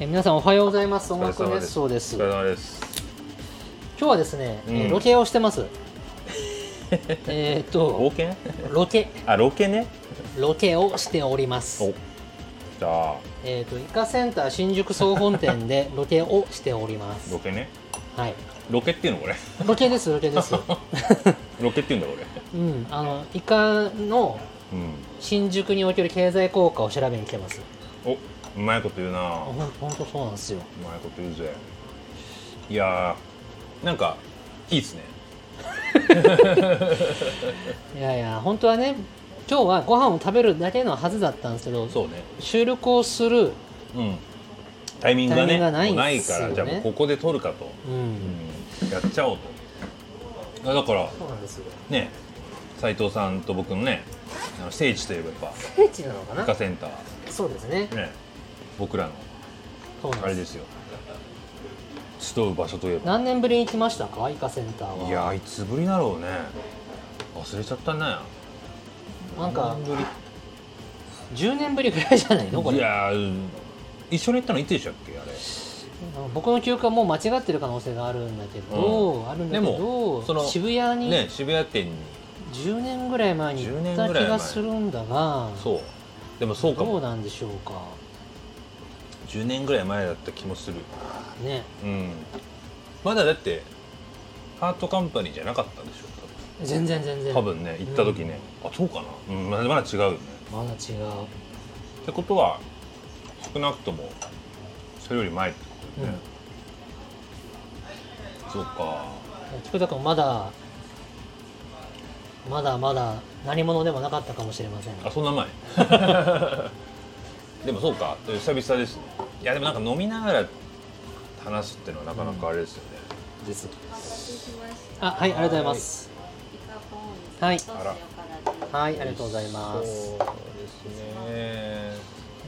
えー皆さんおはようございますお音疲れ楽様熱唱ですお疲れ様です。今日はですね、えーうんロケをしてます えーっと冒険？ロケ あ、ロケね。ロケをしておりますお、じゃあえーっとイカセンター新宿総本店で ロケをしておりますロケね。はいロケっていうのこれ？ロケですロケです ロケっていうんだこれ。うんあのイカのうん。新宿における経済効果を調べに来てますお、うまいこと言うな。あうほんほんとそうなんですよまいこと言うぜ。いやー、なんかいいですね。いやいや本当はね今日はご飯を食べるだけのはずだったんですけどそうね。収録をする、うん。タイミングがタイミねングがないんもうですかよねら、じゃあもうここで撮るかと、う、うんん、やっちゃおうと。あだからそうなんですよね、斉藤さんと僕のね、あの聖地といえばやっぱ聖地なのかイカなセンタそうですねーね、僕らのそうなんあれですですよ集う場所といえば何年ぶりに来ましたかイカセンターはいやーいつぶりだろうね忘れちゃったねなんか10年ぶりぐらいじゃないのこいれやーうん一緒に行ったのいつでしたっけあれ僕の記憶はもう間違ってる可能性があるんだけど、あるんだけでもそどの渋谷にね渋谷店に10年ぐらい前に10行っ年たぐ気らいが前するんだが、そうでもそうかどうもなんでしょうか10年ぐらい前だった気もするねうんまだだってハートカンパニーじゃなかったでしょ全然全然多分多分ね行った時ね、あそうかな、うん、まだまだ違うよねまだ違うってことは少なくともそれより前ってことだよね、そうか菊田君まだまだまだ何者でもなかったかもしれませんあそん な前でもそうか久々ですねいやでもなんか飲みながら話すっていうのはなかなかあれですよね、ですお待たせしました。あはいありがとうございますイカボーンはいどうしようからです。はいありがとうございますそうですね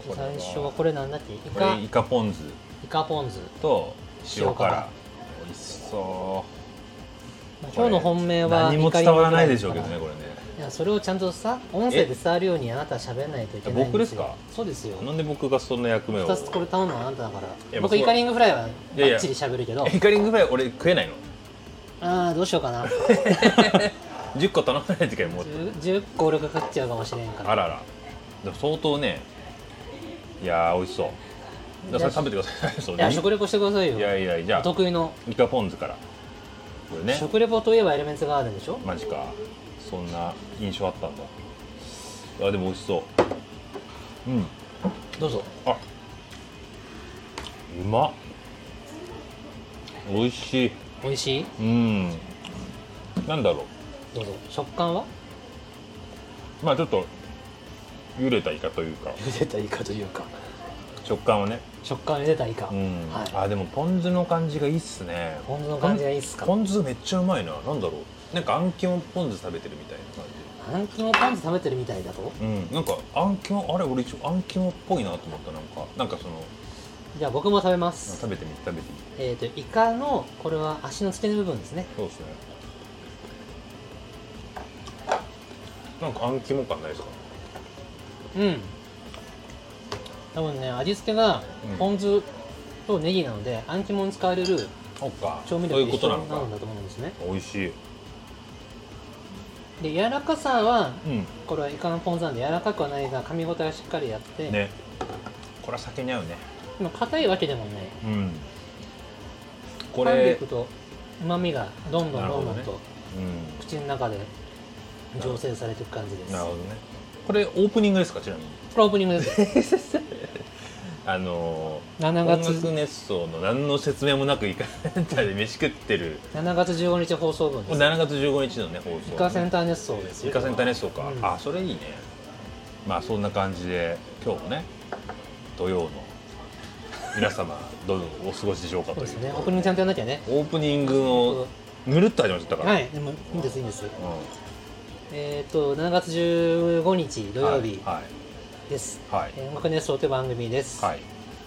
これ最初はこれなんだっけイこカれイカポン酢イカポン酢と塩塩辛辛美味しそうまあ今日の本命は何も伝わらないでしょうけどねイカリングこれだからねいやそれをちゃんとさ音声で伝わるようにあなたは喋らないといけないん僕ですかそうですよなんで僕がそんな役目を2つこれ頼むのはあなただかやらまあ僕そうイカリングフライはいやいやバッチリ喋るけどイカリングフライ俺食えないのああどうしようか な10個頼まないといけないもう10個俺がかっちゃうかもしれんからあららでも相当ねいやー美味しそうじゃあそれ食べてください そういや食レポしてくださいよいやいやじゃおあ得意のイカポン酢からこれね食レポといえばエレメンツガーデンでしょマジかそんな印象あったんだいやでも美味しそううんどうぞあうまっ美味しい美味しいうんなんだろどうぞ食感 はうまあちょっと茹でたイカというか茹でたイカというか食感はね食感茹でたイカ、うん、はいあでもポン酢の感じがいいっすねポン酢の感じがいいっすかポン酢めっちゃうまいななんだろうなんかあんきもポン酢食べてるみたいな感あん肝パンツ食べてるみたいだとじうんなんかあんきもあれ俺一応あんきもっぽいなと思ったなんかなんかそのじゃあ僕も食べます食べてみて食べてみてえっ、とイカのこれは足の付け根部分ですねそうですねなんかあんきも感ないですかうん多分ね味付けがうんポン酢とネギなので、あん肝に使われるそっか調味そうい料うとこ一緒とななのんかだと思うんですね美味しいで柔らかさはうこれはイカのポン酢なんで柔らかくはないが噛み応えがしっかりあって、んねこれは酒に合うねでも硬いわけでもないうんこ噛んでいれくと旨味がどんどんどんどんなるとほうん口の中で醸成されていく感じですなるこほどねこれオープニングですかちなみにれオープニングです あの7ー、月音楽熱奏の何の説明もなくイカセンターで飯食ってる7月15日放送分です7月15日のね放送、ね、イカセンター熱奏ですイカセンター熱奏か、うんあそれいいねまあそんな感じで今日もね土曜の皆様 どうお過ごしでしょうかそうといでうすねオープニングちゃんとやんなきゃねオープニングのぬるっと始まっちゃったから、はいでもいいんですいいんですうんえっ、と7月15日土曜日はです、いはいえー音楽熱奏という番組です、はい、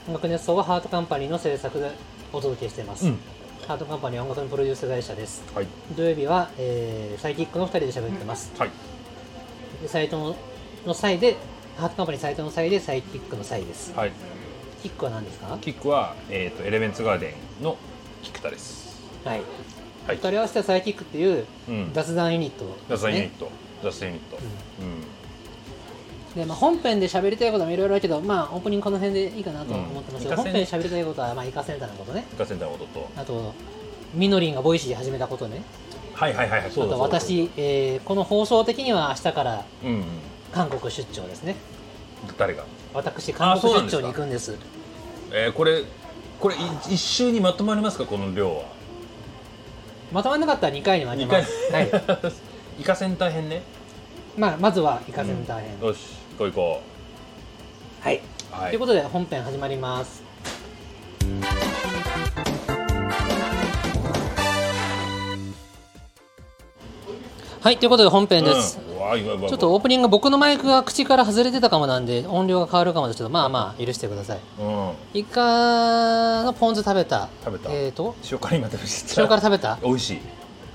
音楽熱奏はハートカンパニーの制作でお届けしています、うんハートカンパニーは音楽のプロデュース会社ですはい土曜日は、えーサイキックの2人で喋ってます、はいでサイトのの際でハートカンパニーサイトの際でサイキックの際ですはいキックは何ですかキックは、えー、とエレメンツガーデンの菊田ですはいはい二人合わせたサイキックっていううん雑談ユニットですねダサユニットダサユニットうんで、まあ、本編で喋りたいこともいろいろあるけどまあオープニングこの辺でいいかなと思ってますけど、うん本編で喋りたいことはまあイカセンターのことねイカセンターのこととあとみのりんがボイシーで始めたことねはいはいはいはいあそうだとそうだ私、えーこの放送的には明日からうんうん韓国出張ですね誰が私韓そう国な出んです張かに行くんですえー、これこれい一周にまとまりますかこの量は まとまらなかったら2回に分けます、はいイカセンター編ねまあ、まずはイカセンター編、うんよし行こう行こはい、うはということで本編始まりますはいということで本編です、うんうわうわうわちょっとオープニング僕のマイクが口から外れてたかもなんで音量が変わるかもですけどまあまあ許してくださいうんイカのポン酢食べた食べたえー、と塩辛今食べてた塩辛食べた美味しい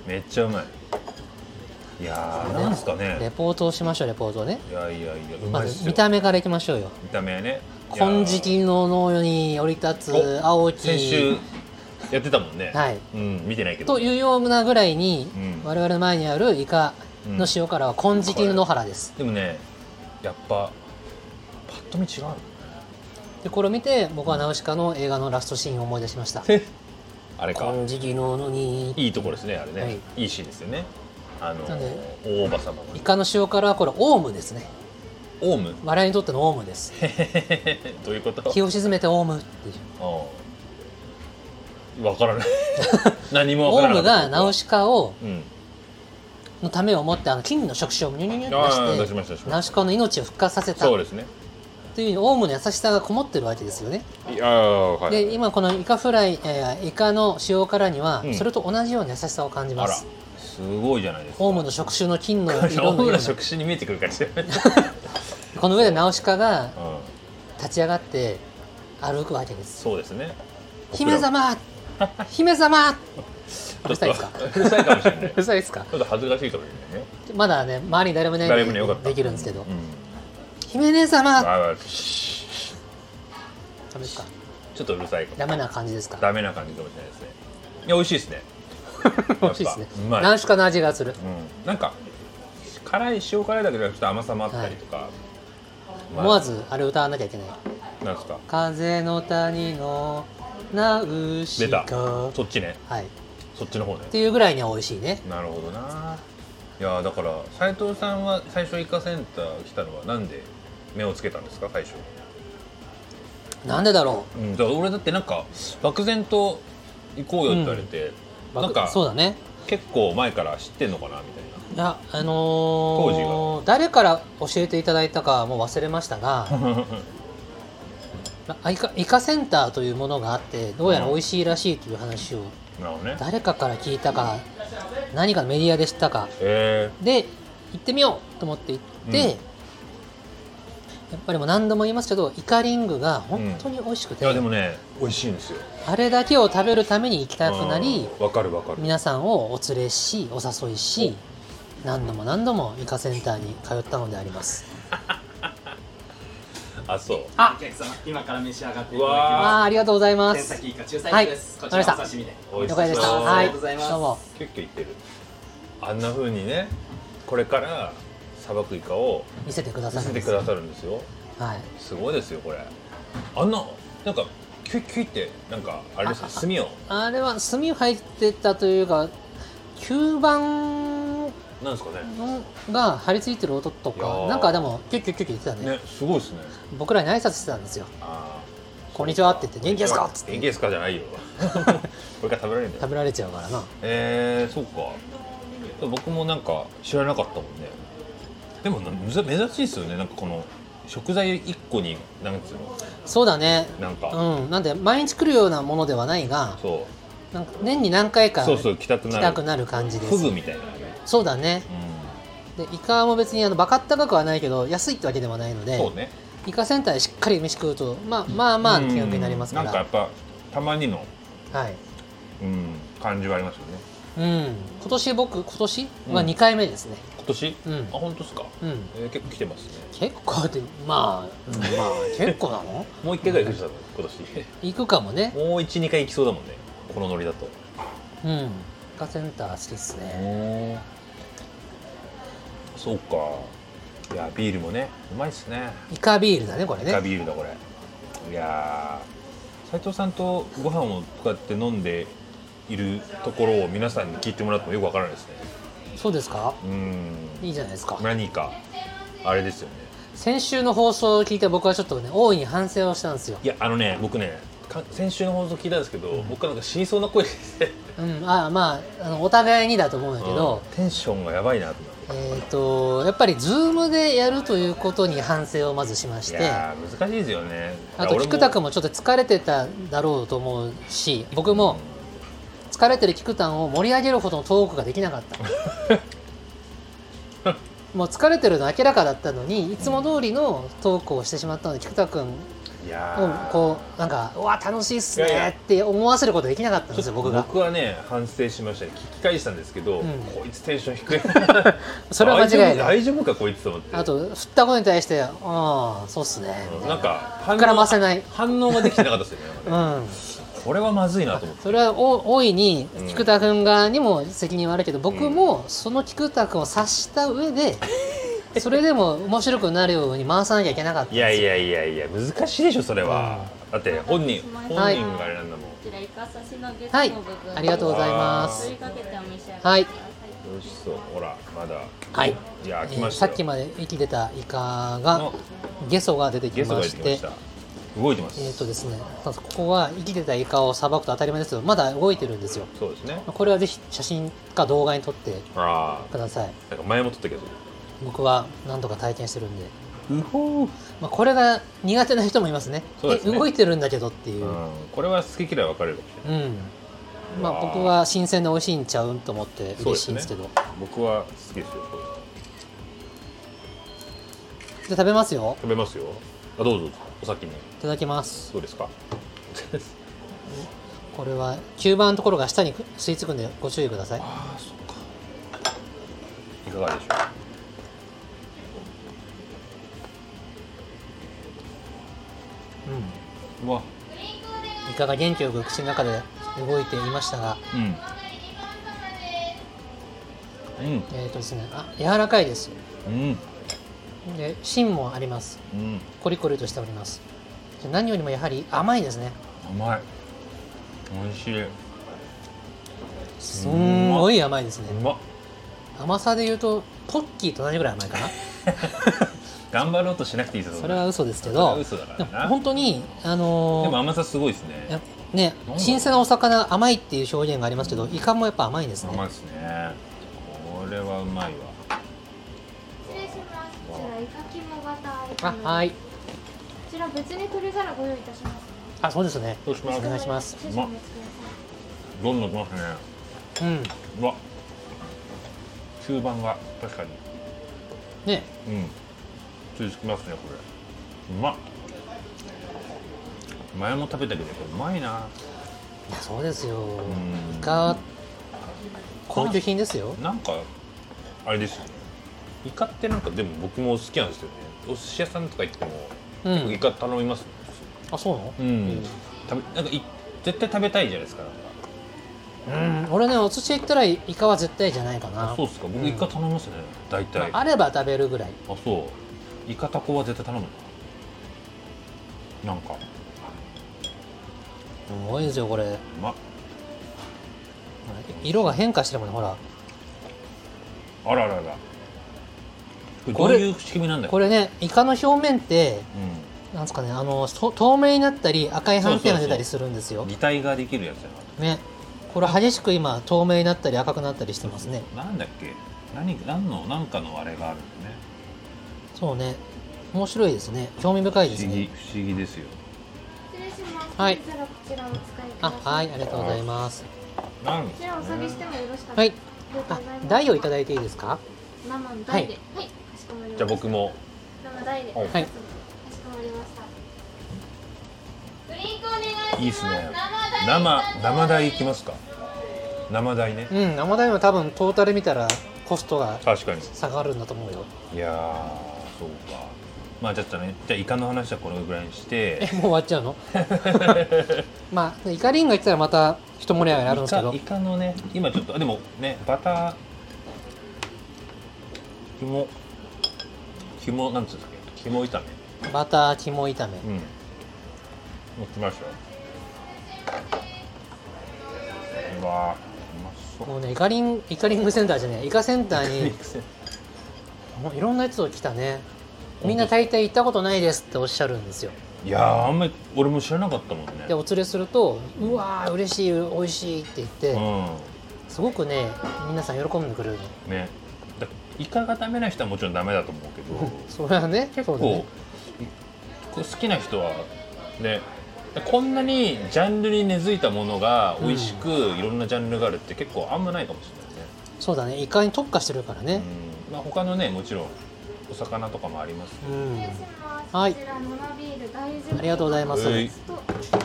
めっちゃうまいいやーなんすかレねポートをしましょうレポートをねいやいやいやうままいっすずよ見た目からいきましょうよ見た目ね金色の農業に降り立つお青き先週やってたもんねはいうん見てないけどというようなぐらいに、うん我々の前にあるイカの塩辛は金色の野原です、でもねやっぱパッと見違 うでこれを見て僕はナウシカの映画のラストシーンを思い出しましたあれか金色の野にいいところですねあれね、はいい、いシーンですよねあのなんで大叔母様のイカの塩辛はこれオウムですねオウム 我々にとってのオウムですどういうこと気を沈めてオウムっていううんわからない 何もオわウからなムいがナウシカをうんのためを思ってあの金の触手をニュニュニュあっーて出出ししてました出しナウましシカの命を復活させたたそうとですねいうオウムの優しさがこもってるわけですよねいやーはいで今このイカフライ、えーイカの塩辛にはうんそれと同じような優しさを感じあまらす、すごいじゃないですかオウムの触手の金のこれ色 オウのよムうなの触手に見えてくる感じ うんこの上でナウシカが立ち上がって歩くわけですそうですね姫様姫様うるさいですかちょっとうるさいかもしれないうるさいですかちょっと 恥ずかしいかもしれないねまだね周りに誰もいない誰もねよかったできるんですけどうん姫姉様ダああシーメですかちょっとうるさいかもダメな感じですかダメな感じかもしれないですねいや美味しいですね 美味しいですねやっぱうまいナウシカの味がするうんなんか辛い塩辛いだけじゃなくてちょっと甘さもあったりとか、思わずあれ歌わなきゃいけないなんですか風の谷のナウシ出たカそっちねはいっそっちの方ねていうぐらいには美味しいねなるほどないやだから斉藤さんは最初イカセンター来たのはなんで目をつけたんですか最初、なんでだろうん、だから俺だってなんか漠然と行こうよって言われて、うなんかそうだね結構前から知ってんのかなみたいないやあのー当誰から教えていただいたかはもう忘れましたが あイカイカセンターというものがあってどうやら美味しいらしいという話をなるほどね誰かから聞いたか何かのメディアで知ったかえで行ってみようと思って行って、うんやっぱりもう何度も言いますけどイカリングが本当に美味しくー、いて、やでもね美味しいんですよあれだけを食べるために行きたくなりうんわかるわかる皆さんをお連れしお誘いし何度も何度もイカセンターに通ったのでありますあそうあお客様、今から召し上がっていただきわあま。ーありがとうございますす天崎イカ中サイズです。はいこちらお刺身で。美味し了そう解でしたそうはいありがとうございますどうもキュッキュ言ってるあんな風にねこれから砂漠イカを見せてくださる見せんでてすくださるんですよはいすごいですよこれあんななんかキュッキュッってなんかあれですか炭をあれは炭入ってたというか吸盤なんですかが張り付いてる音といやかーなんかでもキュッキュッキュッキュッ言ってたねねねすごいですね僕らに挨拶してたんですよあ「こんにちは」って言って「元気ですか?」っつっ 元気てですかじゃない よこれから食べられるんだよ食べられちゃうからなえー、そうか僕もなんか知らなかったもんねでもなむず珍しいですよねなんかこの食材一個になんつうのそうだねなんか、うんなんで毎日来るようなものではないがそうなんか年に何回かそうそ来う来たくなるたくなる感じでフすグみたいな、そうだねでイカも別にあのバカ高くはないけど安いってわけではないのでそうねイカセンターでしっかり飯食うとまあまあまあ金額になりますかうんらなんかやっぱたまにの、はいうん、感じはありますよねうん今年僕今年うんは2回目ですね、今年、うんあ本当ですか、うんえー結構来てますね結構ってまあうんまあ結構な のもう1回ぐらい来るさ 今年行くかもねもう12回行きそうだもんねこのノリだとうんイカセンター好きっすねそうかいやビールもねうまいっすねイカビールだねこれイカねビールだこれいやー斉藤さんとご飯をこうやって飲んでいるところを皆さんに聞いてもらってもよくわからないですねそうですかうんいいじゃないですか何かあれですよね先週の放送を聞いて僕はちょっとね大いに反省をしたんですよいやあのね僕ねか先週の放送聞いたんですけど、僕なんか死にそうな声ですねうんあまああのお互いにだと思うんだけど、うんテンションがやばいなと思ってえっ、とやっぱりズームでやるということに反省をまずしましいてやー難しいですよねあと菊田君もちょっと疲れてただろうと思うし僕も疲れてる菊田を盛り上げるほどのトークができなかった もう疲れてるの明らかだったのにいつも通りのトークをしてしまったので菊田君をいやーこうなんか「うわ楽しいっすいやいやね」って思わせることできなかったんですよ僕が僕はね反省しましたね聞き返したんですけど、うんこいつテンション低い それは間違いない大丈夫大丈夫かこいつと思ってあと振ったことに対して「ああそうっすね」みたいなんか反膨らませない反応ができてなかったですよねなんかねなうんこれはまずいなと思ってそれはお大いにうん菊田君側にも責任はあるけど、僕もその菊田君を察した上で、それでも面白くなるように回さなきゃいけなかったいやいやいやいや難しいでしょそれは、だって本人本人がはいあれなんだもん、こちらイカ刺しのゲはッいトの部分、ありがとうございますふりかけてお召し上がりくださはい美味しそうほらまだはいいやーえ来ーましたさよ、っきまで生きてたイカがのゲソが出てきゲストまが出しててきました動いてます、えっ、とですねここは生きてたイカをさばくと当たり前ですけどまだ動いてるんですよそうですねこれはぜひ写真か動画に撮ってあくださいあなんか前も撮ったけど僕は何度か体験してるんで、うほーまあ、これが苦手な人もいますねそうですねえ動いてるんだけどっていう、うん、これは好き嫌い分かれるかもしれないうんまうあわー僕は新鮮で美味しいんちゃうんと思って嬉しいんですけどそうね、僕は好きですよこういうじのゃあ食べますよ食べますよあどうぞお先にいただきますどうですかこれは吸盤のところが舌に吸い付くんでご注意くださいああそっかいかがでしょうううわんイカが元気よく口の中で動いていましたがうんうんえっ、とですねあ柔らかいですうんで芯もありますうんコリコリとしておりますで何よりもやはり甘いですね甘い美味しいうすんごい甘いですねまっ甘さで言うとポッキーと同じぐらい甘いかな頑張ろうとしなくていいですよそれは嘘ですけそれはど嘘だかでらもな本当にあのーでも甘さすごいですねやねなんだろ、う新鮮なお魚甘いっていう表現がありますけど、イカもやっぱ甘いですね。甘いですねこれはうまいわ失礼します。こちらイカ肝バターあ炒、め。はいこ。ちら別に取り皿ご用意いたします。あ、そうですね。どうしますお願いします少々お待ちください。どんどんきますねうん。うわ吸盤が確かにね、うん。ついつきますね、これ。うまっ。前も食べたけど、やっぱうまいな。いやそうですよ。んイカ高級品ですよ。なんか、あれですよね。イカってなんか、でも僕も好きなんですよね。お寿司屋さんとか行っても、う結構イん。カ頼みます、あ、そうなの？うん。食べ、なんかい、絶対食べたいじゃないですか。なんかうん。俺ね、お寿司行ったらイカは絶対じゃないかな。そうっすか、う僕んイカ頼みますね。大体。まああれば食べるぐらい。あそうイカタコは絶対頼むななんかすごいですよこれ。うまっ色が変化してるもんね。ほら、あらららここれれどういう仕組みなんだよこれね、イカの表面って。うんなんですかね、あのと透明になったり赤い斑点が出たりするんですよ擬態ができるやつやなねこれ激しく今透明になったり赤くなったりしてますねなんだっけ何何の何かのあれがあるんだねそうね面白いですね興味深いで不す思議ね不思議ですよ失礼します。はい取り皿こちらお使いくあださい。はいありがとうございますなんでこすちらお下げしてねもよろしかったはですいか。ありがとうあございます。台をいただいていいですか生の台で。はい。かしこまりました。じゃあ僕。も生台で。はいかしこまりました。ドリンクお願いします。いいっすね生生大いきますか生大ねうん生台も多分トータル見たらコストが確かに下がるんだと思うよいやーそうかまあちょっとねじゃあイカの話はこれぐらいにしてえもう終わっちゃう のまあイカリンが言ってたらまた一盛り上がりあるんですけどイカイカのね今ちょっとあでもねバター肝肝なんつうんですか肝炒めバター肝炒めうん持ってきましたようわーうまそうもうねイカリンイカリングセンターじゃねえイカセンターにもういろんなやつを来たねみんな大体行ったことないですっておっしゃるんですよいやーあんまり俺も知らなかったもんねでお連れすると「うわー嬉しい美味しい」って言って、うすごくね皆さん喜んでくれるのんねだイカがダメな人はもちろんダメだと思うけ どそれはね結構そうだねこう好きな人はねこんなにジャンルに根付いたものが美味しくいろんなジャンルがあるって結構あんまないかもしれないね、そうだねイカに特化してるからねうんまあ、他のねもちろんお魚とかもありますうん、失礼しますはいこちら生ビール大丈夫ありがとうございます、ういとこちら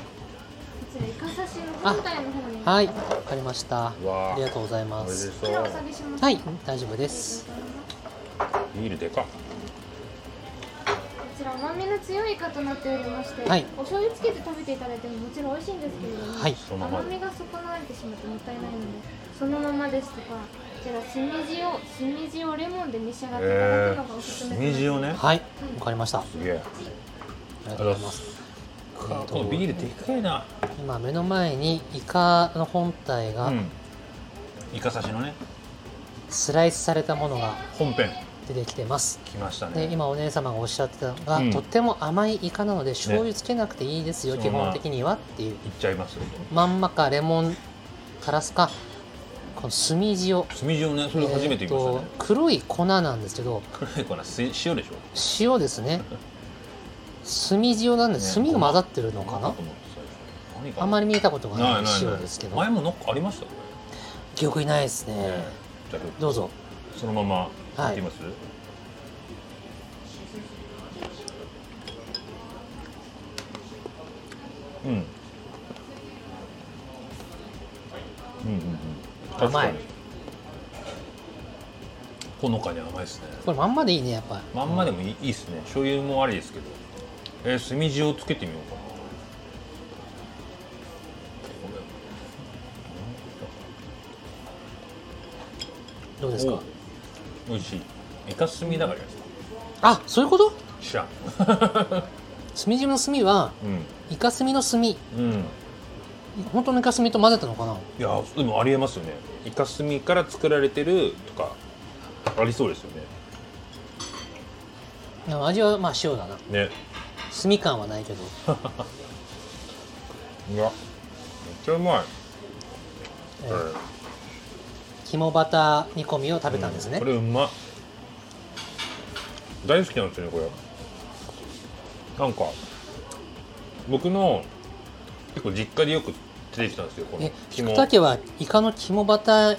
イカ刺しの本体の方にはいわかりましたあうわーりがとうございま美味すしそこちらうお下げしますはい大丈夫ですビールでかっこちら甘みの強いイカとなっておりまして、はいお醤油つけて食べていただいてももちろん美味しいんですけれども、はいそのまま甘みが損なわれてしまってもったいないのでそのままですとかこちらしめじをしめじをレモンで召し上がっていただくのがおすすしめとなめってじをおりねはいわかりましたあすげえりがとうございますかこのビールでかいな、今目の前にイカの本体うがん、イカ刺しのねスライスされたものが本編出てきてます来ましたねで今お姉様がおっしゃってたのが、うんとっても甘いイカなので醤油つけなくていいですよ、ね基本的にはっていういっちゃいますまんまかレモンカラスかこの炭塩しめじをねそれ初めてえ見ましたーねと、黒い粉なんですけど黒い粉す塩でしょ塩ですね炭塩なんでね炭が混ざってるのかな、と思って最初何かなあんまり見えたことがなないいないない塩ですけど前もなんかありましたこ記憶にないですね、れ、じゃあちょっとどうぞそのままはいいってみます、うんうんうんうん確甘かいにほのかに甘いですねこれまんまでいいねやっぱりまんまでもいいいいですね醤油もありですけどえー、炭塩をつけてみようかなこれどうですかお美味しいイカスミだからじゃないですかあそういうこと知らん炭塩の炭はうイカ炭の炭んうん本当のイカ炭と混ぜたのかないやでもありえますよねイカスミから作られてるとかありそうですよねでも味はまあ塩だなね炭感はないけどうわめっちゃうまい、えこー肝バター煮込みを食べたんですね、これうま大好きなんですよねこれなんか僕の結構実家でよく出てきたんですよこのえ菊田家はイカの肝バター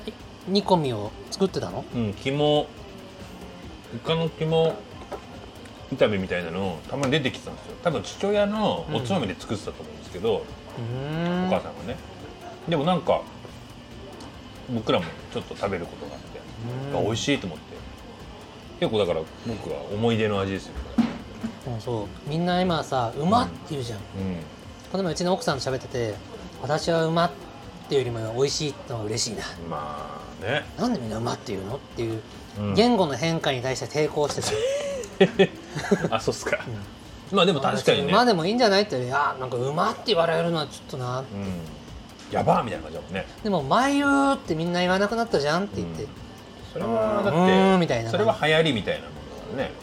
煮込みを作ってたのうん肝イカの肝炒めみたいなのたまに出てきてたんですよ多分父親のおつまみで作ってたと思うんですけど、うおーん母さんがねでもなんか僕らもちょっと食べることがあって、あ美味しいと思って結構だから僕は思い出の味ですよこうんそうみんな今さ「うま」って言うじゃん、れうん例えばうちの奥さんと喋ってて「私はうま」っていうよりも美味しいのが嬉しいなまあね、なんでみんなうまって言うのっていううん言語の変化に対して抵抗してた、 あそうっすか、まあでも確かにね、まあでもいいんじゃないって言うよりあなんかうまって言われるのはちょっとなうん、やばーみたいな感じだもんねでも「まゆー」ってみんな言わなくなったじゃんって言ってうんそれはうーだんっみたいてなそれは流行りみたいなものだか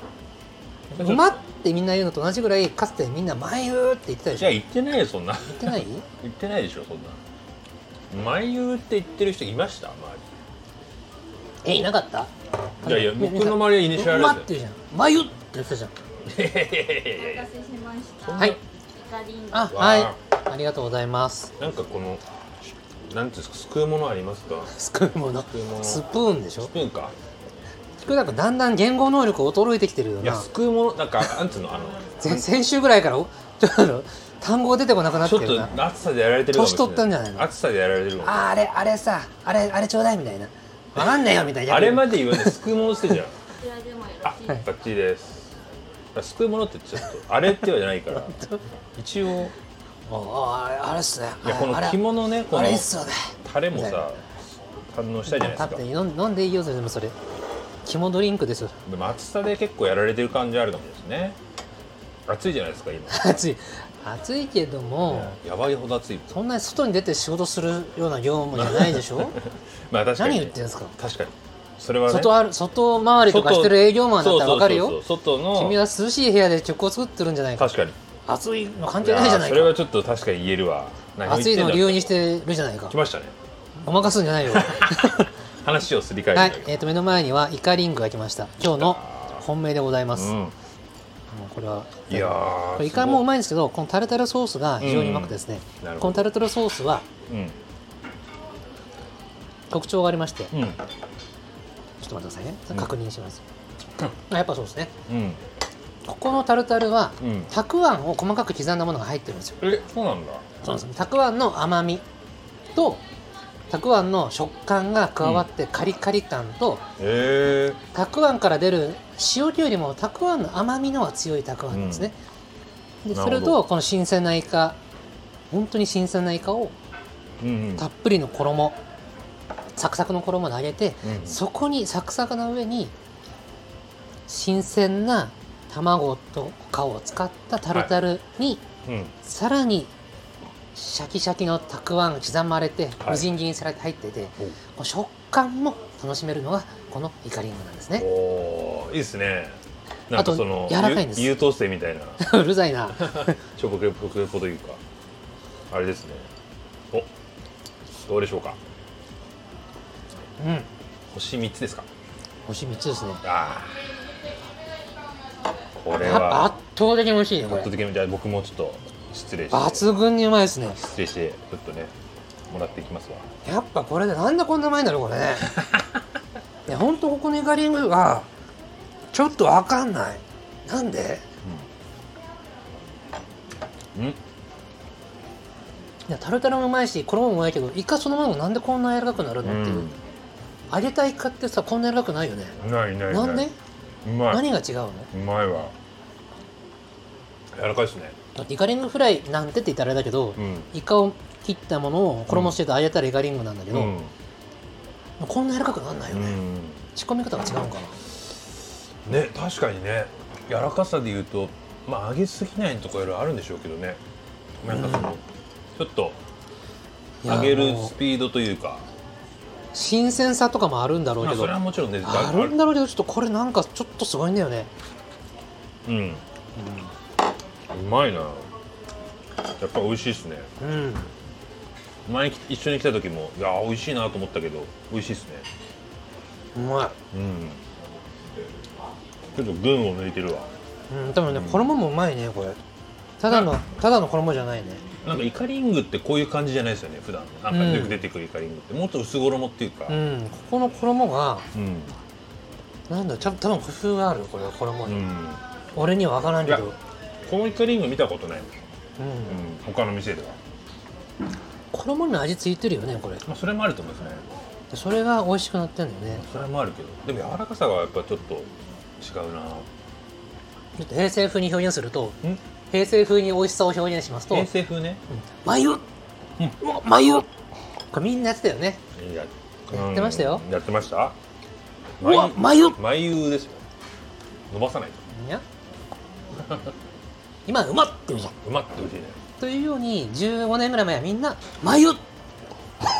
ら「ねうま」ってみんな言うのと同じぐらいかつてみんな「まゆー」って言ってたでしじゃょあ言言ってないよそんなってない言ってないでしょそんな前言うって言ってる人いました周えいなかったりいやいや僕の周りはイニシャうルでますっよて言うじゃん「まゆ」って言ってたじゃんお待たせしました。。はいいカリンゴ。あーはいありがとうございます なんかこのなんていうんですか救うものありますかすくうものくうものスプーンでしスょプーンか菊田君だんだん言語能力衰えてきてるよいやな救うものなんかなんていうのあの先先週ぐらいからおちょっとあの単語出てこなくなっちょてっるなと暑さでやられてるかもしれ年取ったんじゃないの暑さでやられてるかもしれないああれあれさあれあれちょうだいみたいなわかんねえよみたいなあれまで言わないすくうものして じゃんちらでもよろあしいバですッチリですすくうものってちょっとあれってはじゃないから 一応おおあれあれっすねいやこのあれ着物ねこあのれっすよねタレもさ堪能したいじゃない食でべてすか飲ん飲んでいいよそれでもそれ肝ドリンクですよ でも暑さで結構やられてる感じあるかもですね暑いじゃないですか今暑い暑いけども、やばいほど暑いそんなに外に出て仕事するような業務じゃないでし ょまあ確かに何言ってんすか確かにそれはね外ある外回りとかしてる営業マンだったらわかるよそうそうそうそう外の君は涼しい部屋で曲を作ってるんじゃないか確かに暑いの関係ないじゃないやーそれはかちょっと確かに言えるわ何を言っ暑いてんだのを理由にしてるじゃないか来まし たねごまかすんじゃ ないよは話をすり替えるんいだけど、えー、と目の前にはイカリングが来ました今日の本命でございます、うもんうこれはいやーこれイカもうままいんですけどこのタルタルソースが非常にうまくてですね、うんなるほどこのタルタルソースはうん特徴がありまして、ちょうんっと待ってくださいねうん確認します、あやっぱそうですねうんここのタルタルはうんたくあんを細かく刻んだものが入ってるんですよえそうなんだそうですねたくあんの甘みとたくあんの食感が加わってカリカリ感と、えたくあんから出る塩気よりもたくあんの甘みの方が強いたくあんなんですね、でなそるほどれとこの新鮮なイカ本当に新鮮なイカをー、うんうんたっぷりの衣サクサクの衣で揚げて、うんそこにサクサクの上に新鮮な卵とかを使ったタルタルに、うんさらにシャキシャキのたくあん刻まれてはいみじん切りにされて入ってて、こおうの食感も楽しめるのがこのイカリングなんですねおーいいですねなんあとかその柔らかいんですゆ優等生みたいな うるさいなちょぼけぼけぽというかあれですねおどうでしょうかうん星三つですか星3つですねあーこれやっぱは圧倒的に美味しいねこ圧倒れ的にじゃあ僕もちょっと失礼して抜群にうまいですね失礼してちょっとねもらっていきますわやっぱこれでなんでこんなうまいんだろうこれ ねいやほんとここのイカリングがちょっとわかんないなんでうんいやタルタルもうまいし衣もうまいけどイカそのものがなんでこんな柔らかくなるのっていう、揚げたイカってさこんな柔らかくないよねないないなんでうま何が違うのうまいわ柔らかいですねだってイカリングフライなんてって言ったらあれだけど、うんイカを切ったものを衣してて揚げたらイカリングなんだけど、うん、こんな柔らかくなんないようね、ん、仕込み方が違うのかなね確かにね柔らかさで言うとまあ揚げすぎないとかいろいろあるんでしょうけどねなんかその、ちょっといや揚げるもうスピードというか新鮮さとかもあるんだろうまあけそどれはもちろんねあるんだろうけどちょっとこれなんかちょっとすごいんだよねうん、うまいなやっぱ美味しいですねうん前に一緒に来た時もいやー美味しいなと思ったけど美味しいですねうまうんちょっと群を抜いてるわい、うん、多分ね衣もうまいねこれただのただの衣じゃないねなんかイカリングってこういう感じじゃないですよね普段なんかようんく出てくるイカリングってもっと薄衣っていうかうんここの衣がうん、なんだ多分多分工夫があるよこれは衣うに、ん、俺には分からんけどいやこのイカリング見たことないもん、うんうん、他の店では、衣に味ついてるよねこれまあ、それもあると思うんですねそれが美味しくなってんだよねそれもあるけどでも柔らかさがやっぱちょっと違うなちょっと平成風に表現するとん平成風に美味しさを表現しますと平成風ね「眉」うんうわ「眉」これみんなやってたよねいややってましたようんやってましたうわ眉眉優ですよ伸ばさないといや今うまっって言うじゃんうまってほしいねというように15年ぐらい前はみんな「眉」い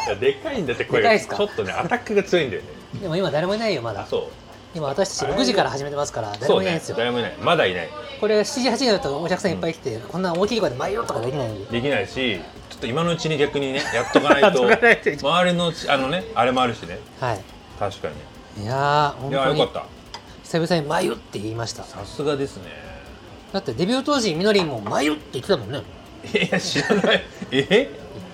やでかいんだって声でかいがっすちかょっとねアタックが強いんだよねでも今誰もいないよまだあそ今私たち6時から始めてますからう誰そもういないんねですよ、誰もいないまだいないこれ7時8時だとお客さんいっぱい来て、こんな大きい声で「眉」とかできないのにできないしちょっと今のうちに逆にねやっとかないとやっとかないと周りのちあのねあれもあるしねはい確かにいやー本いや当よにかった久々に「眉」って言いましたさすがですねだってデビュー当時みのりんも「眉」って言ってたもんねいや知らないえ言っ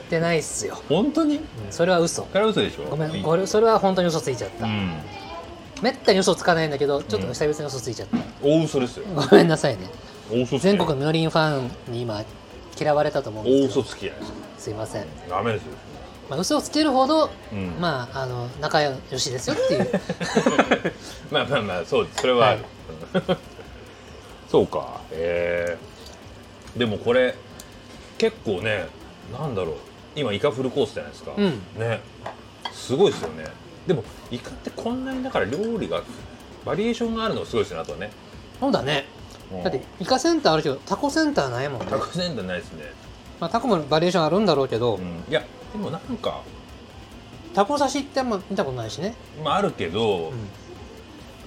てないっすよ本当にそれは嘘これ嘘でしょごめんう俺それは本当に嘘ついちゃった、んめったに嘘つかないんだけどちょっと久々に嘘ついちゃった、大嘘ですよごめんなさいね大嘘つき全国のみのりんファンに今嫌われたと思うん大ですけ嘘どつきじゃないですかすいませんダメですよまあ、嘘をつけるほど、うんまあ、あの仲良しですよっていう、まあまあまあそうですそれは、はいうん そうかえー、でもこれ結構ねなんだろう今イカフルコースじゃないですか、うんねすごいですよねでもイカってこんなにだから料理がバリエーションがあるのがすごいですねあとはね、そうだね、うんだってイカセンターあるけど、タコセンターないもんね、タコセンターないですね、まあ、タコもバリエーションあるんだろうけど、うんいやでもなんか、タコ刺しってあんま見たことないしね、まあ、あるけど、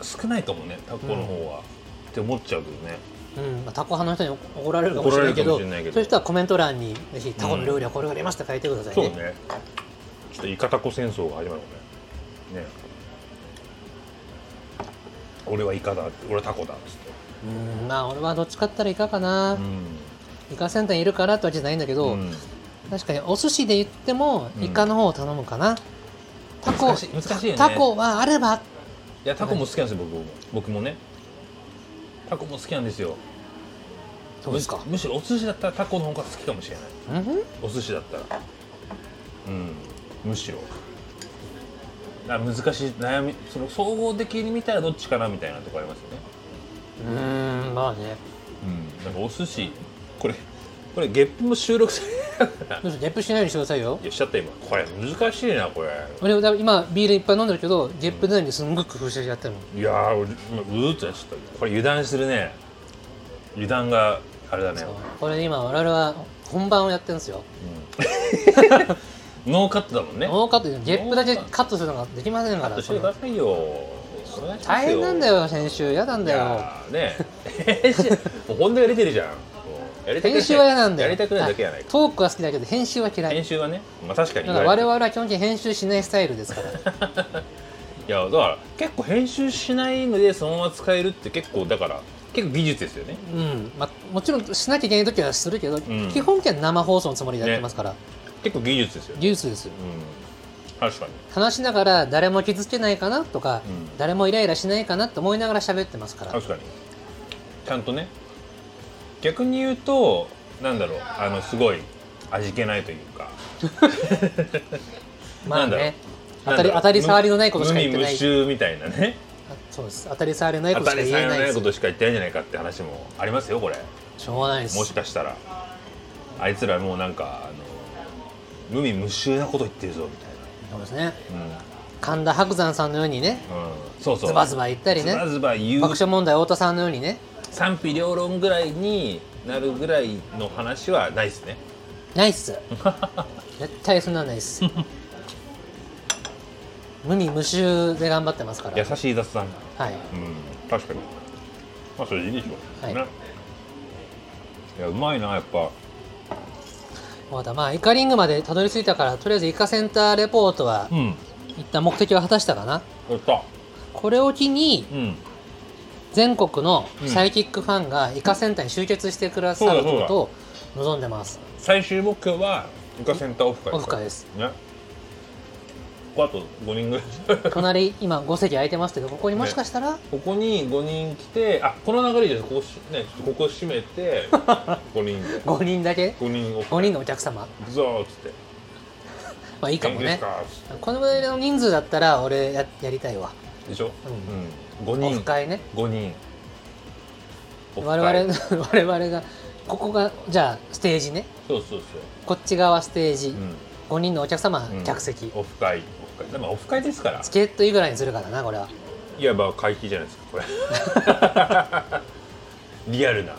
う少ないかもねタコの方は、って思っちゃうけどねんうんまあ、タコ派の人に怒られるかもしれないけど、怒られるかもしれないけどそういう人はコメント欄に、ぜひタコの料理はこれが出ましたって書いてくださいそうね。ねちょっとイカタコ戦争が始まるもんねね俺はイカだ俺はタコだっつってうんまあ、俺はどっちかって言ったらイカかな、うイカセンターにいるからってわけじゃないんだけど、ん確かにお寿司で言ってもうんイカの方を頼むかな、タコ難しい難しいよねタコはあればいやタコも好きなんですよ僕も僕もねタコも好きなんですよどうですかむむしろお寿司だったらタコの方が好きかもしれないうんお寿司だったらうんむしろあ難しい悩みその総合的に見たらどっちかなみたいなとこありますよねうんまあねうんなんかお寿司これこれゲップも収録されながらどうぞゲップしないようにしてくださいよいやしちゃった今これ難しいなこれ俺だ今ビールいっぱい飲んでるけどゲップ出ないんですんごく工夫してやってるもんいやー俺今うーっとやっちゃったこれ油断するね油断があれだねそうこれ今我々は本番をやってるんですようんノーカットだもんねノーカットゲップだけカットするのができませんかカットらしそのてくださいよお願いします大変なんだよ先週嫌なんいだよやーね もう本音が出てるじゃんもうやりたくない編集は嫌なんだよやりたくないだけやないあかトークは好きだけど編集は嫌い編集はねまあ確かにだか言らわれ我てる々は基本的に編集しないスタイルですからいやだから結構編集しないのでそのまま使えるって結構だから結構技術ですよねうんまあ、もちろんしなきゃいけない時はするけど、ん基本的には生放送のつもりでやってますから、結構技術ですよね技術ですようん確かに話しながら誰も傷つけないかなとか、うん誰もイライラしないかなって思いながら喋ってますから確かにちゃんとね逆に言うとなんだろうあのすごい味気ないというかまあね当たなんだりろう当たり障りのないことしか言ってな無い味無臭みたいなねあそうです当たり障りのない当ことたしか言り前えのないなでいすことしか言ってないんじゃないかって話もありますよこれしょうがないですもしかしたらあいつらもうなんかあの無味無臭なこと言ってるぞみたそうですねいな、神田伯山さんのようにねうんうん、そうそうズバズバ言ったりねズバズバ言う爆笑問題太田さんのようにね賛否両論ぐらいになるぐらいの話はないですね ないっす絶対そんなんないっ す無味無臭で頑張ってますから優しい雑談はいうん確かにまあそれでいいでしょはいねいやうまいなやっぱそうだまあイカリングまでたどり着いたからとりあえずイカセンターレポートはうん一旦目的を果たしたかなやったこれを機にうん全国のサイキックファンがイカセンターに集結してくださることを望んでます最終目標はイカセンターオフ会オフ会ですねここあと5人ぐら い隣今5席空いてますけどここにもしかしたら、ここに5人来てあこの流れじゃないここしねちょっとここ閉 めて5人で5人だけ5人オフ5人のお客様行くぞーっつってまあいいかも元気ですねかーっつっこのぐらいの人数だったら俺ややりたいわてでしょうんオフ5人会ね5人オフ我会々 我々がここがじゃあステージねそうそうこっち側ステージ、そうう5ん人のお客様、うん客席オフ会オフ会でもオフ会ですからチケットいくらにするからなこれはいわば会費じゃないですかこれ リアルな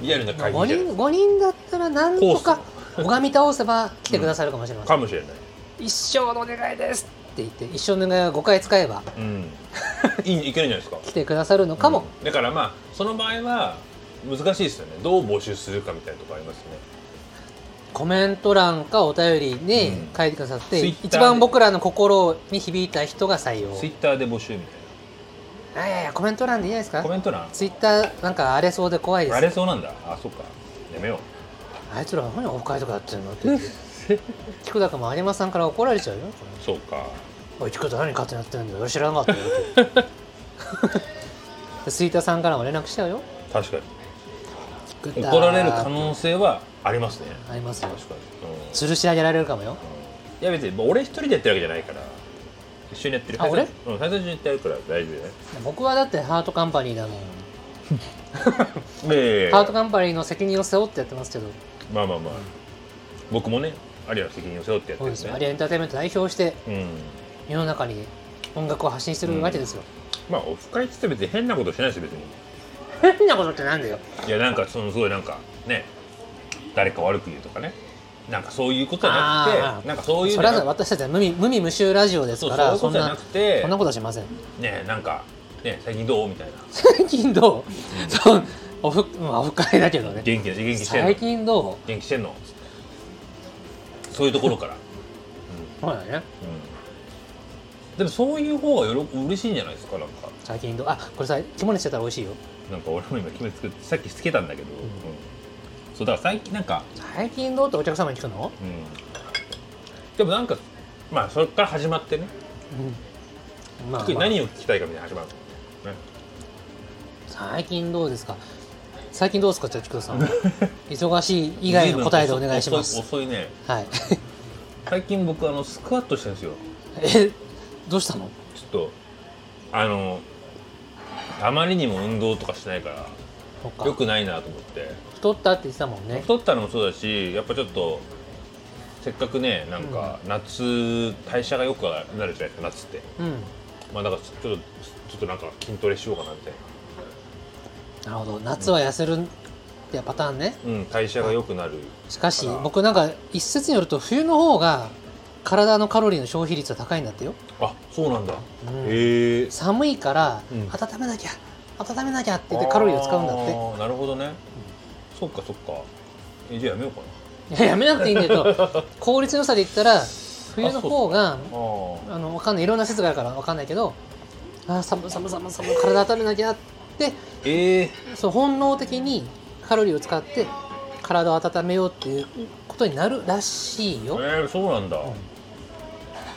リアルな会議5じゃない人五人だったらなんとかコ拝み倒せば来てくださるかもしれません、かもしれない一生のお願いですって言って一生のお願いを5回使えばうん いいいけるんじゃないですか来てくださるのかも、うんだからまあその場合は難しいですよねどう募集するかみたいなとこありますねコメント欄かお便りにうん書いてくださって、 Twitter で一番僕らの心に響いた人が採用ツイッターで募集みたいあいやいやコメント欄でいいじゃないですなコかメント欄ツイッターなんか荒れそうで怖いですあれそうなんだあそっかやめよあいつら何オフ会とかやってるのって言って菊田君も有馬さんから怒られちゃうよこうそうかれおい菊田何勝手にやってるんだよ俺知らなかったよ って吹田さんからも連絡しちゃうよ確かに菊田怒られる可能性はありますねありますよ確かに、うん吊るし上げられるかもよいや別にもう俺一人でやってるわけじゃないから一緒にやってるあ俺うん最初にやってやるから大丈夫だよ僕はだってハートカンパニーだもんええハートカンパニーの責任を背負ってやってますけどまあまあまあ僕もねアリアの責任を背負ってやってそうるですよアリんでアエンターテインメント代表してうん世の中に音楽を発信してるわけですよ、まあオフ会って言って別に変なことしないですよ別に変なことってなんだよいやなんかそのすごいなんかね誰か悪く言うとかねなんかそういうことじゃなあくーてなんかそういうそのれじゃはなさ私たちは無味無味無臭ラジオですそうかそういらうこそとんじゃななくてそんなことしませんねなんかね最近どうみたいな最近どうそうオフまあオフ会だけどね元気元気してんの最近ど元気してんのそういうところから、うほらねうんでもそういう方がよろ嬉しいんじゃないですかなんか最近どうあこれさ肝にしてたら美味しいよなんか俺も今決めつけさっきつけたんだけど、うんそうだから最近なんか、最近どうってお客様に聞くの、うんでもなんかまあそれから始まってねうんまあ特にまあ何を聞きたいかみたいな始まるね最近どうですか最近どうですかじゃあ菊田さん 忙しい以外の答えでお願いします遅い遅いねはい最近僕あのスクワットしてるんです よえどうしたのちょっとあのあまりにも運動とかしないからそっかよくないなと思って太ったって言ってたもんね太ったのもそうだしやっぱちょっとせっかくねなんか夏代謝がよくなるじゃないですか夏ってうんまあだからちょっとちょっとなんか筋トレしようかなみたいなるほど夏は痩せるってパターンねな、うん、代謝が良くなるしかしあら僕なんか一説によると冬の方が体のカロリーの消費率は高いんだってよあそうなんだ、うんへえ寒いからうん温めなきゃ、温めなきゃって言ってカロリーを使うんだってなるほどね、そっかそっかえじゃあやめようかないややめなくていいんだけ ど効率の良さで言ったら冬の方があーあのわかんないいろんな説があるからわかんないけどあー寒い寒い寒い寒い体温めなきゃってええそう本能的にカロリーを使って体を温めようっていうことになるらしいえよ、ーそうなんだ、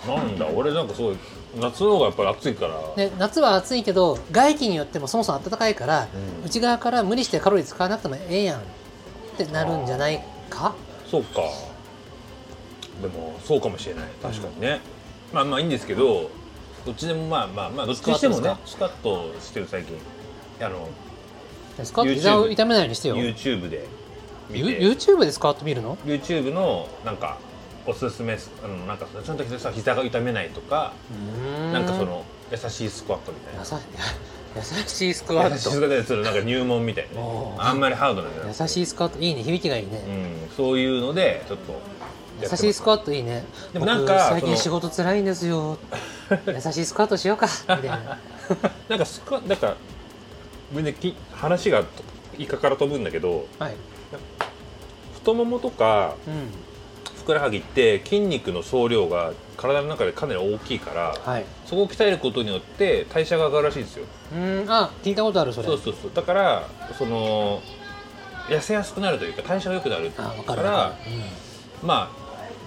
なんだ俺なんかすごい夏の方がやっぱり暑いから、で夏は暑いけど外気によってもそもそも暖かいから、うん内側から無理してカロリー使わなくてもええやんってなるんじゃないかそうかでもそうかもしれない確かにね、まあまあいいんですけどどっちでもまあまあまあどっちにしてもねスカッとしてる最近あのスカート YouTube 膝を痛めないようにしてよ YouTube で見ユて YouTube でスカート見るの YouTube のなんかおすすめあのなんかちゃんと膝膝が痛めないとか、なんかその優しいスクワットみたいな優し優しいスクワ優しいッストクワットそのなんか入門みたいなねおーあんまりハードなのよ優しいスカートいいね響きがいいね、うん、そういうのでちょっとやってます優しいスクワットいいね僕でもなんか最そ近の仕事辛いんです よ優しいスクワットしようかみたいななんかスクワなんかごめんねき話がイカから飛ぶんだけどはい、太ももとかうん、ふくらはぎって筋肉の総量が体の中でかなり大きいから、はいそこを鍛えることによって代謝が上がるらしいんですようんあ聞いたことあるそれそうそうそうだからその痩せやすくなるというか代謝が良くなるあ分かからるわかる、ま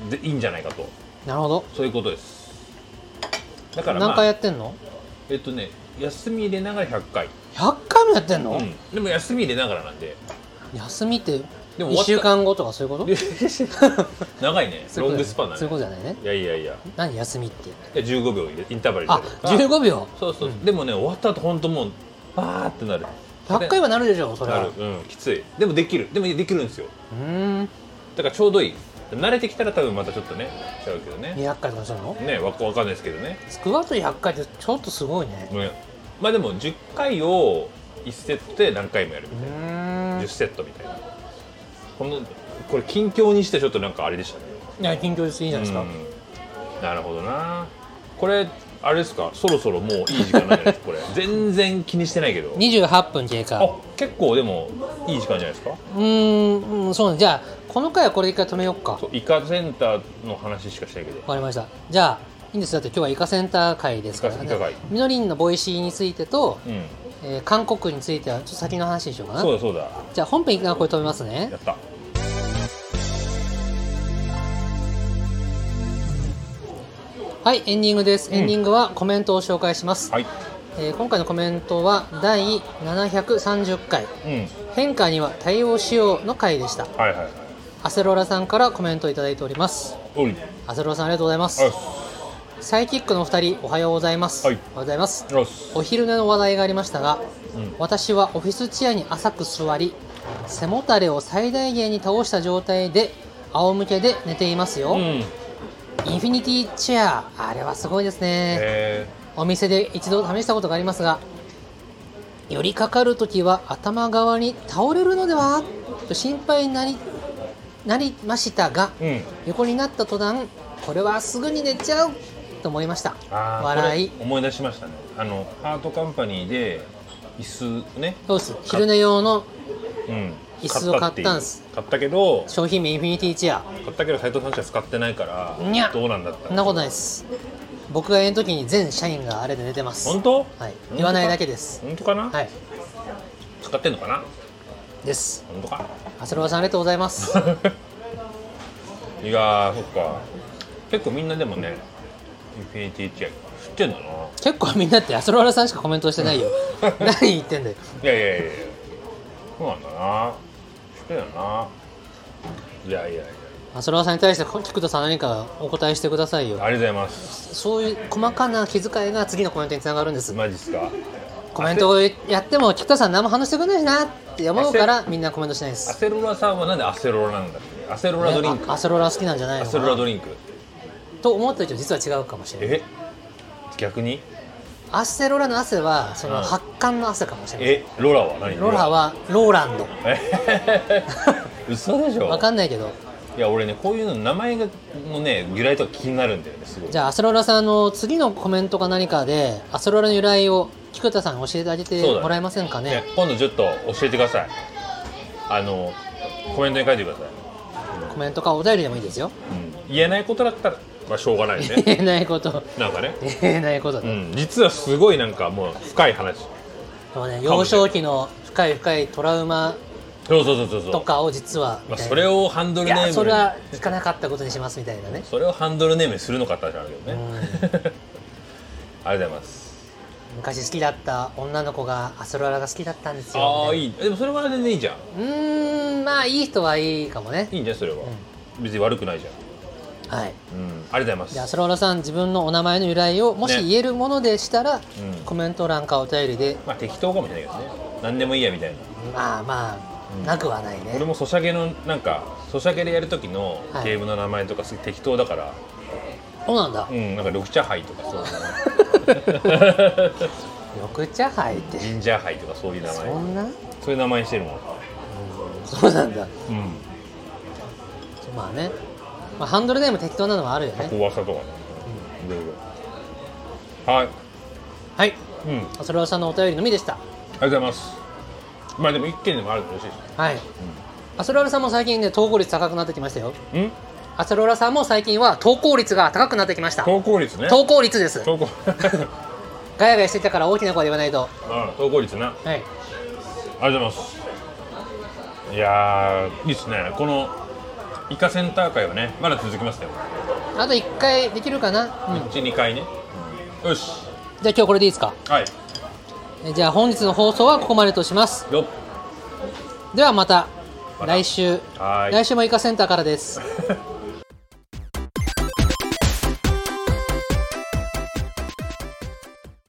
あでいいんじゃないかとうん、なるほどそういうことですだから、ま何回あ、やってんのえっとね休み入れながら100回、 100回もやってんの、うん、でも休み入れながらなんで休みってでも1終わった週間後とかそういうこと 長いねそういうこロとングスパンだそういうことねじゃないねいやいやいや何休みってで15秒入れインターバル入あれたりとか15秒そうそう、でもね終わった後本当もうあーってなる100回はなるでしょそれなはるうんきついでもできるでもできるんですようーんだからちょうどいい慣れてきたら多分またちょっとね違うけどね200回とかするのねわわかんないですけどねスクワット100回ってちょっとすごいねねまあでも10回を1セットで何回もやるみうたいーなんい10セットみたいなこのこれ近況にしてちょっとなんかあれでしたねや緊張しすぎじゃないですか、うんなるほどなこれあれですかそろそろもういい時間なんじゃないですかこ れ全然気にしてないけど28分経過あ結構でもいい時間じゃないですかうーんうんそうねじゃあこの回はこれで一回止めようかそわうイカセンターの話しかしないけどかりましたじゃあいいんですだって今日はイカセンター会ですからイねカセンター会みのりんのボイシーについてと、うんえー韓国についてはちょっと先の話にしようかなそうだそうだじゃあ本編一旦これ止めますねやったはいエンディングですエンディングはコメントを紹介します、はいえー今回のコメントは第730回うん変化には対応しようの回でしたはいはいはいアセロラさんからコメントをいただいておりますおいアセロさんありがとうございますあっサイキックのお二人おはようございます、はいおはようございますよしお昼寝の話題がありましたが、うん私はオフィスチェアに浅く座り背もたれを最大限に倒した状態で仰向けで寝ていますよ、うんインフィニティチェアあれはすごいですね、えお店で一度試したことがありますが寄りかかるときは頭側に倒れるのではと心配になりなりましたが、ー、うん横になった途端これはすぐに寝ちゃうと思いましたあー笑いこれ思い出しましたねあのハートカンパニーで椅子ね、そうです昼寝用のうん、椅子をてい買っうたんす買ったけど商品名インフィニティチェア買ったけど斉藤さんしか使ってないかにゃらっどうなんだったそんなことないです僕がいる時に全社員があれで寝てます本当はい言わないだけです本当かな、はい使ってんのかなです本当か長谷川さんありがとうございます いやーそっか結構みんなでもねインフィニティチェック知ってんだな結構みんなって長谷川さんしかコメントしてない よ何言ってんだよいやいやいやいやそうなんだな知ってんだないやいやいや長谷川さんに対して菊田さん何かお答えしてくださいよありがとうございますそういう細かな気遣いが次のコメントにつながるんですマジっすかコメントをやっても菊田さん何も話してくれないしなって思うからみんなコメントしないでアすセロラさんはなんでアセロラなんだっけアセロラドリンクあアセロラ好きなんじゃないアのセかロラドなリンクと思ったけど実は違うかもしれないえ逆にアセロラの汗はそのうん発汗の汗かもしれないえロラ は何ロラはローランドえ嘘でしょわかんないけどいや俺ねこういうの名前がのね由来とか気になるんだよねすごいじゃあアセロラさんの次のコメントか何かでアセロラの由来を菊田さんに教えてあげてそうだねもらえませんかねね今度ちょっと教えてくださいあのコメントに書いてください、コメントかお便りでもいいですようん言えないことだったらまあしょうがないよね 言えないことなんかね言えないことうで、ん実はすごいなんかもう深い話もうね幼少期の深い深いトラウマそうそうそうそうそうとかを実はみまあ、たいなそれをハンドルいネームやにそれは行かなかったことにしますみたいなねそれをハンドルネームにするのかって話なんだけどね、 ありがとうございます昔好きだった女の子がアセロラが好きだったんですよああいいいでもそれは全然いいじゃんうーんまあいい人はいいかもねいいんじゃんそれは、別に悪くないじゃんはいうん、ありがとうございじゃあます。そららさん自分のお名前の由来をもしね言えるものでしたら、んコメント欄かお便りでまあ適当かもしれないけどね。何でもいいやみたいな。まあまあ、なくはない俺ねもソシャゲのなんかソシャゲでやる時のはいゲームの名前とかすごい適当だから、そうなんだうんなんか緑茶杯とかそうだな 緑茶杯ってジンジャー杯とかそういう名前そんなそういう名前にしてるもん。そうなんだうん。まあね、まあ、ハンドルネーム適当なのはあるよね小噂とかね。いろいろ。はい。はいうん。ありがそららさんのお便りのみでしたとうございます。まあでも一件でもあると嬉しいし。はい、アセロラさんも最近ね投稿率高くなってきましたようん？アセロラさんも最近は投稿率が高くなってきました投稿率ね。投稿率です投稿。 ガヤガヤしてたから大きな声で言わないとあ投稿率な。はいありがとうございます。いやー、いいっすね。このイカセンター会はね、まだ続きますよ。あと1回できるかな、うん、じゃあ一、二回ね。よし。今日これでいいですかはい。えじゃあ本日の放送はここまでとしますよっ。ではまたまた来週はーい来週もイカセンターからです